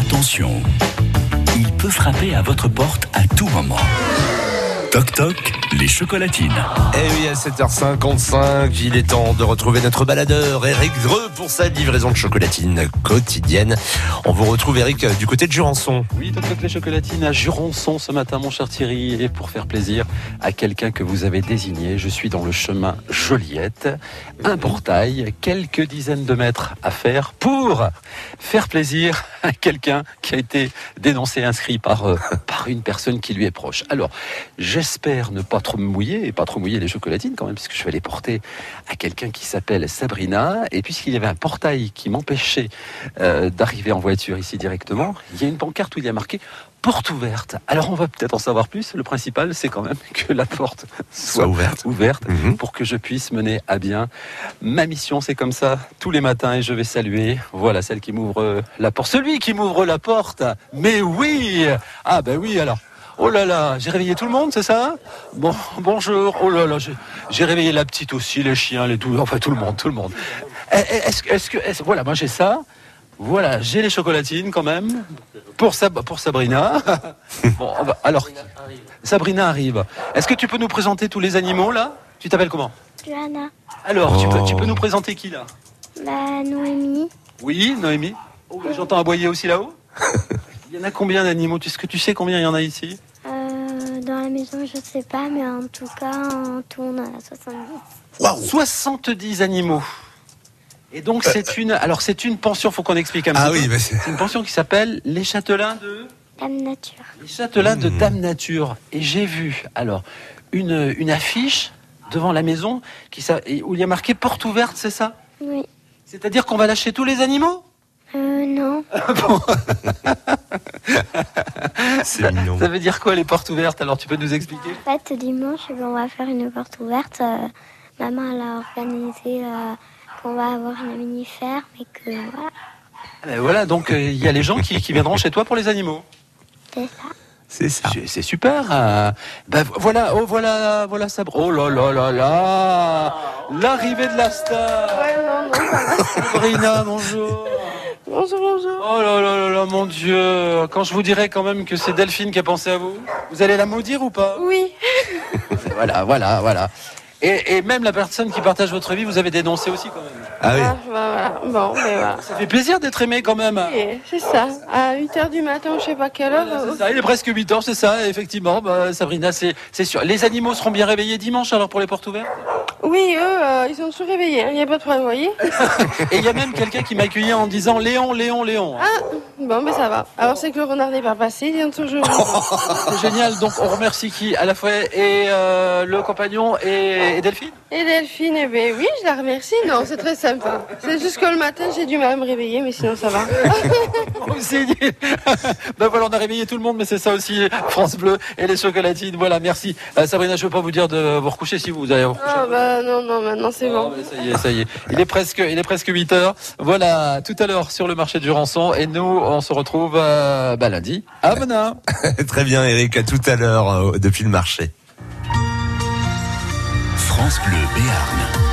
Attention, il peut frapper à votre porte à tout moment. Toc toc, les chocolatines. Et Eh oui, à 7h55, il est temps de retrouver notre baladeur Eric Dreux pour sa livraison de chocolatine quotidienne. On vous retrouve Eric du côté de Jurançon. Oui, donc les chocolatines à Jurançon ce matin, mon cher Thierry. Et pour faire plaisir à quelqu'un que vous avez désigné, je suis dans le chemin Joliette. Un portail, quelques dizaines de mètres à faire pour faire plaisir à quelqu'un qui a été dénoncé, inscrit par, euh, par une personne qui lui est proche. Alors, j'espère ne pas trop me mouiller et pas trop mouiller les chocolatines quand même, puisque je vais les porter à quelqu'un qui s'appelle Sabrina. Et puisqu'il y avait un portail qui m'empêchait euh, d'arriver en voiture ici directement, il y a une pancarte où il y a marqué porte ouverte. Alors on va peut-être en savoir plus. Le principal, c'est quand même que la porte soit, Soit ouverte. ouverte Mhm. pour que je puisse mener à bien ma mission. C'est comme ça tous les matins et je vais saluer. Voilà celle qui m'ouvre euh, la porte. Celui qui m'ouvre la porte. Mais oui. Ah ben oui alors. Oh là là, j'ai réveillé tout le monde, c'est ça Bon, bonjour. Oh là là, j'ai- j'ai réveillé la petite aussi, les chiens, les tout, enfin tout le monde, tout le monde. Eh, eh, Est-ce que, est-ce que, est-ce- voilà, moi j'ai ça. Voilà, j'ai les chocolatines quand même pour Sab- pour Sabrina. bon, on va- alors Sabrina arrive. Est-ce que tu peux nous présenter tous les animaux là Tu t'appelles comment Johanna, Alors, tu, peux, Oh. tu peux nous présenter qui là la Noémie, Oui, Noémie. Oh, J'entends aboyer aussi là-haut. Il y en a combien d'animaux Est-ce que tu sais combien il y en a ici euh, dans la maison, je sais pas, mais en tout cas, on tourne à 70. 70 animaux. Et donc c'est une alors c'est une pension, faut qu'on explique un petit Euh, Ah peu. oui, bah c'est- C'est une pension qui s'appelle les châtelains de La nature. Les châtelains Hmm. de Dame Nature. Et j'ai vu, alors, une, une affiche devant la maison qui, s'a- et où il y a marqué porte ouverte, c'est ça Oui. C'est-à-dire qu'on va lâcher tous les animaux Euh, non. c'est mignon. Ça veut dire quoi les portes ouvertes Alors tu peux nous expliquer En fait, dimanche, eh ben, on va faire une porte ouverte. Euh, maman, elle a organisé euh, qu'on va avoir une mini-ferme et que voilà, Ah ben Voilà, donc euh, il y a les gens qui, qui viendront chez toi pour les animaux. c'est ça. C'est ça. C'est- C'est super. euh. Ben vo- voilà, oh voilà, voilà ça. Oh là là là là L'arrivée de la star Sabrina, bonjour Bonjour, bonjour. Oh là là là là, mon Dieu Quand je vous dirai quand même que c'est Delphine qui a pensé à vous, vous allez la maudire ou pas Oui, Voilà, voilà, voilà. Et, et même la personne qui partage votre vie, vous avez dénoncé aussi quand même. Ah oui. Ah, bah, voilà. bon, mais voilà. Ça fait plaisir d'être aimé quand même. Et C'est ça, à 8h du matin, je sais pas quelle heure. Voilà, c'est ça, il est presque 8 heures, c'est ça, effectivement. Bah, Sabrina, c'est c'est sûr. Les animaux seront bien réveillés dimanche alors pour les portes ouvertes Oui, eux, euh, ils sont tous réveillés, il n'y a pas de problème, vous voyez Et il y a même quelqu'un qui m'accueillait en disant Léon, Léon, Léon. Bon, ben ça va. Alors, c'est que le renard n'est pas passé, il vient toujours. C'est génial. Donc on remercie qui À la fois et euh, le compagnon et, et Delphine. Et Delphine, eh ben oui, je la remercie, non, c'est très sympa. C'est juste que le matin, j'ai du mal à me réveiller, mais sinon ça va. Oh, c'est nul. ben voilà, on a réveillé tout le monde, mais c'est ça aussi France Bleu et les chocolatines. Voilà, merci. Euh, Sabrina, je ne veux pas vous dire de vous recoucher si vous allez vous recoucher. Ah, bah non, non, maintenant c'est Ah, bon. mais ça y est, ça y est. Il est presque, il est presque 8 heures. Voilà, tout à l'heure sur le marché du rançon. Et nous, on se retrouve euh, bah, lundi à Benin. Très bien, Eric. À tout à l'heure euh, depuis le marché. France Bleu Béarn.